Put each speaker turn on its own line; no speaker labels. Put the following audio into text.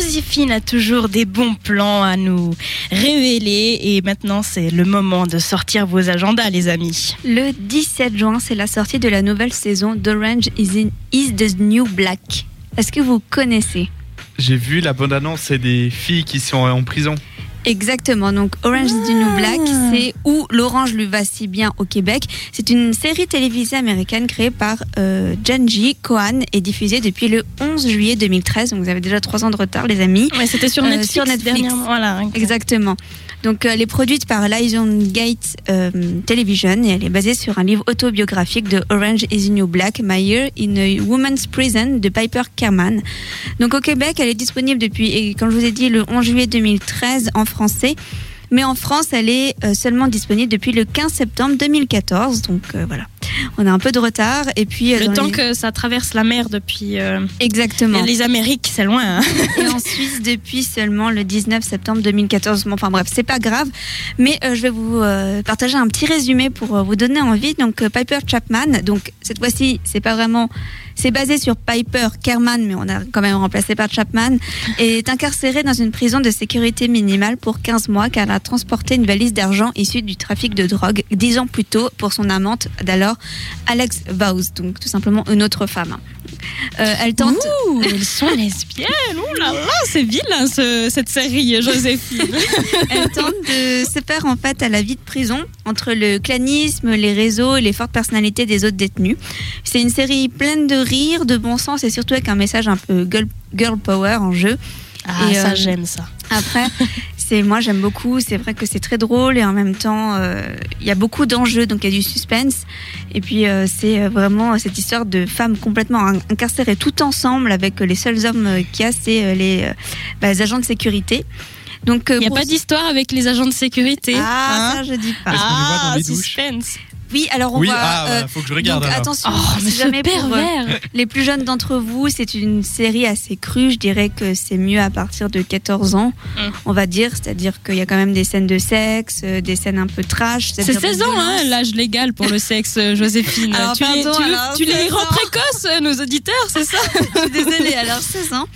Joséphine a toujours des bons plans à nous révéler et maintenant c'est le moment de sortir vos agendas les amis.
Le 17 juin, c'est la sortie de la nouvelle saison d'Orange is, in- is the New Black. Est-ce que vous connaissez
J'ai vu la bande-annonce, c'est des filles qui sont en prison.
Exactement, donc Orange is the New Black, c'est où l'orange lui va si bien au Québec. C'est une série télévisée américaine créée par euh, Janji Kohan et diffusée depuis le 11 juillet 2013. Donc vous avez déjà trois ans de retard les amis.
Ouais, c'était sur
Euh,
Netflix,
sur Netflix.
dernièrement. Voilà, ok.
Exactement. Donc, euh, elle est produite par Lion Gate euh, Television et elle est basée sur un livre autobiographique de Orange is the New Black, My Year in a Woman's Prison de Piper Kerman. Donc, au Québec, elle est disponible depuis, et comme je vous ai dit, le 11 juillet 2013 en français. Mais en France, elle est euh, seulement disponible depuis le 15 septembre 2014. Donc, euh, voilà. On a un peu de retard. Et puis, euh,
Le
dans
temps
les-
que ça traverse la mer depuis euh,
Exactement.
les Amériques, c'est loin. hein.
et en Suisse depuis seulement le 19 septembre 2014. Bon, Enfin bref, c'est pas grave, mais euh, je vais vous euh, partager un petit résumé pour euh, vous donner envie. Donc euh, Piper Chapman, donc cette fois-ci, c'est pas vraiment, c'est basé sur Piper Kerman, mais on a quand même remplacé par Chapman, est incarcérée dans une prison de sécurité minimale pour 15 mois car elle a transporté une valise d'argent issue du trafic de drogue 10 ans plus tôt pour son amante d'alors, Alex Vowes, donc tout simplement une autre femme. Euh, elle tente
Ouh, elles sont lesbiennes. Ouh là là, c'est vilain ce- cette série Joséphine.
Elle tente de se faire en fait à la vie de prison entre le clanisme, les réseaux et les fortes personnalités des autres détenus. C'est une série pleine de rire, de bon sens et surtout avec un message un peu girl, girl power en jeu.
Ah
Et,
ça
euh,
j'aime ça.
Après, c'est moi j'aime beaucoup. C'est vrai que c'est très drôle et en même temps euh, il y a beaucoup d'enjeux donc il y a du suspense. Et puis euh, c'est euh, vraiment cette histoire de femmes complètement in- incarcérées tout ensemble avec euh, les seuls hommes euh, qu'il y a c'est euh, les, euh, bah, les agents de sécurité. Donc euh,
Il n'y a pas d'histoire avec les agents de sécurité.
ah,
hein.
ça, je dis pas.
Est-ce qu'on les voit dans
Ah,
les douches
suspense.
Oui, alors on
oui,
va.
ah,
euh,
voilà, faut que je regarde.
donc,
alors.
attention,
Oh, mais
si jamais
ce
pour, euh,
pervers.
les plus jeunes d'entre vous, c'est une série assez crue. Je dirais que c'est mieux à partir de 14 ans,
Mm.
on va dire. C'est-à-dire qu'il y a quand même des scènes de sexe, euh, des scènes un peu trash.
C'est
c'est-à-dire
16
de
ans, hein,
violence.
l'âge légal pour le sexe, euh, Joséphine.
Alors,
tu, les-
pardon,
tu,
alors,
tu les
16
rends
ans.
précoces, euh, nos auditeurs, c'est ça
Je suis Désolée, alors 16 ans.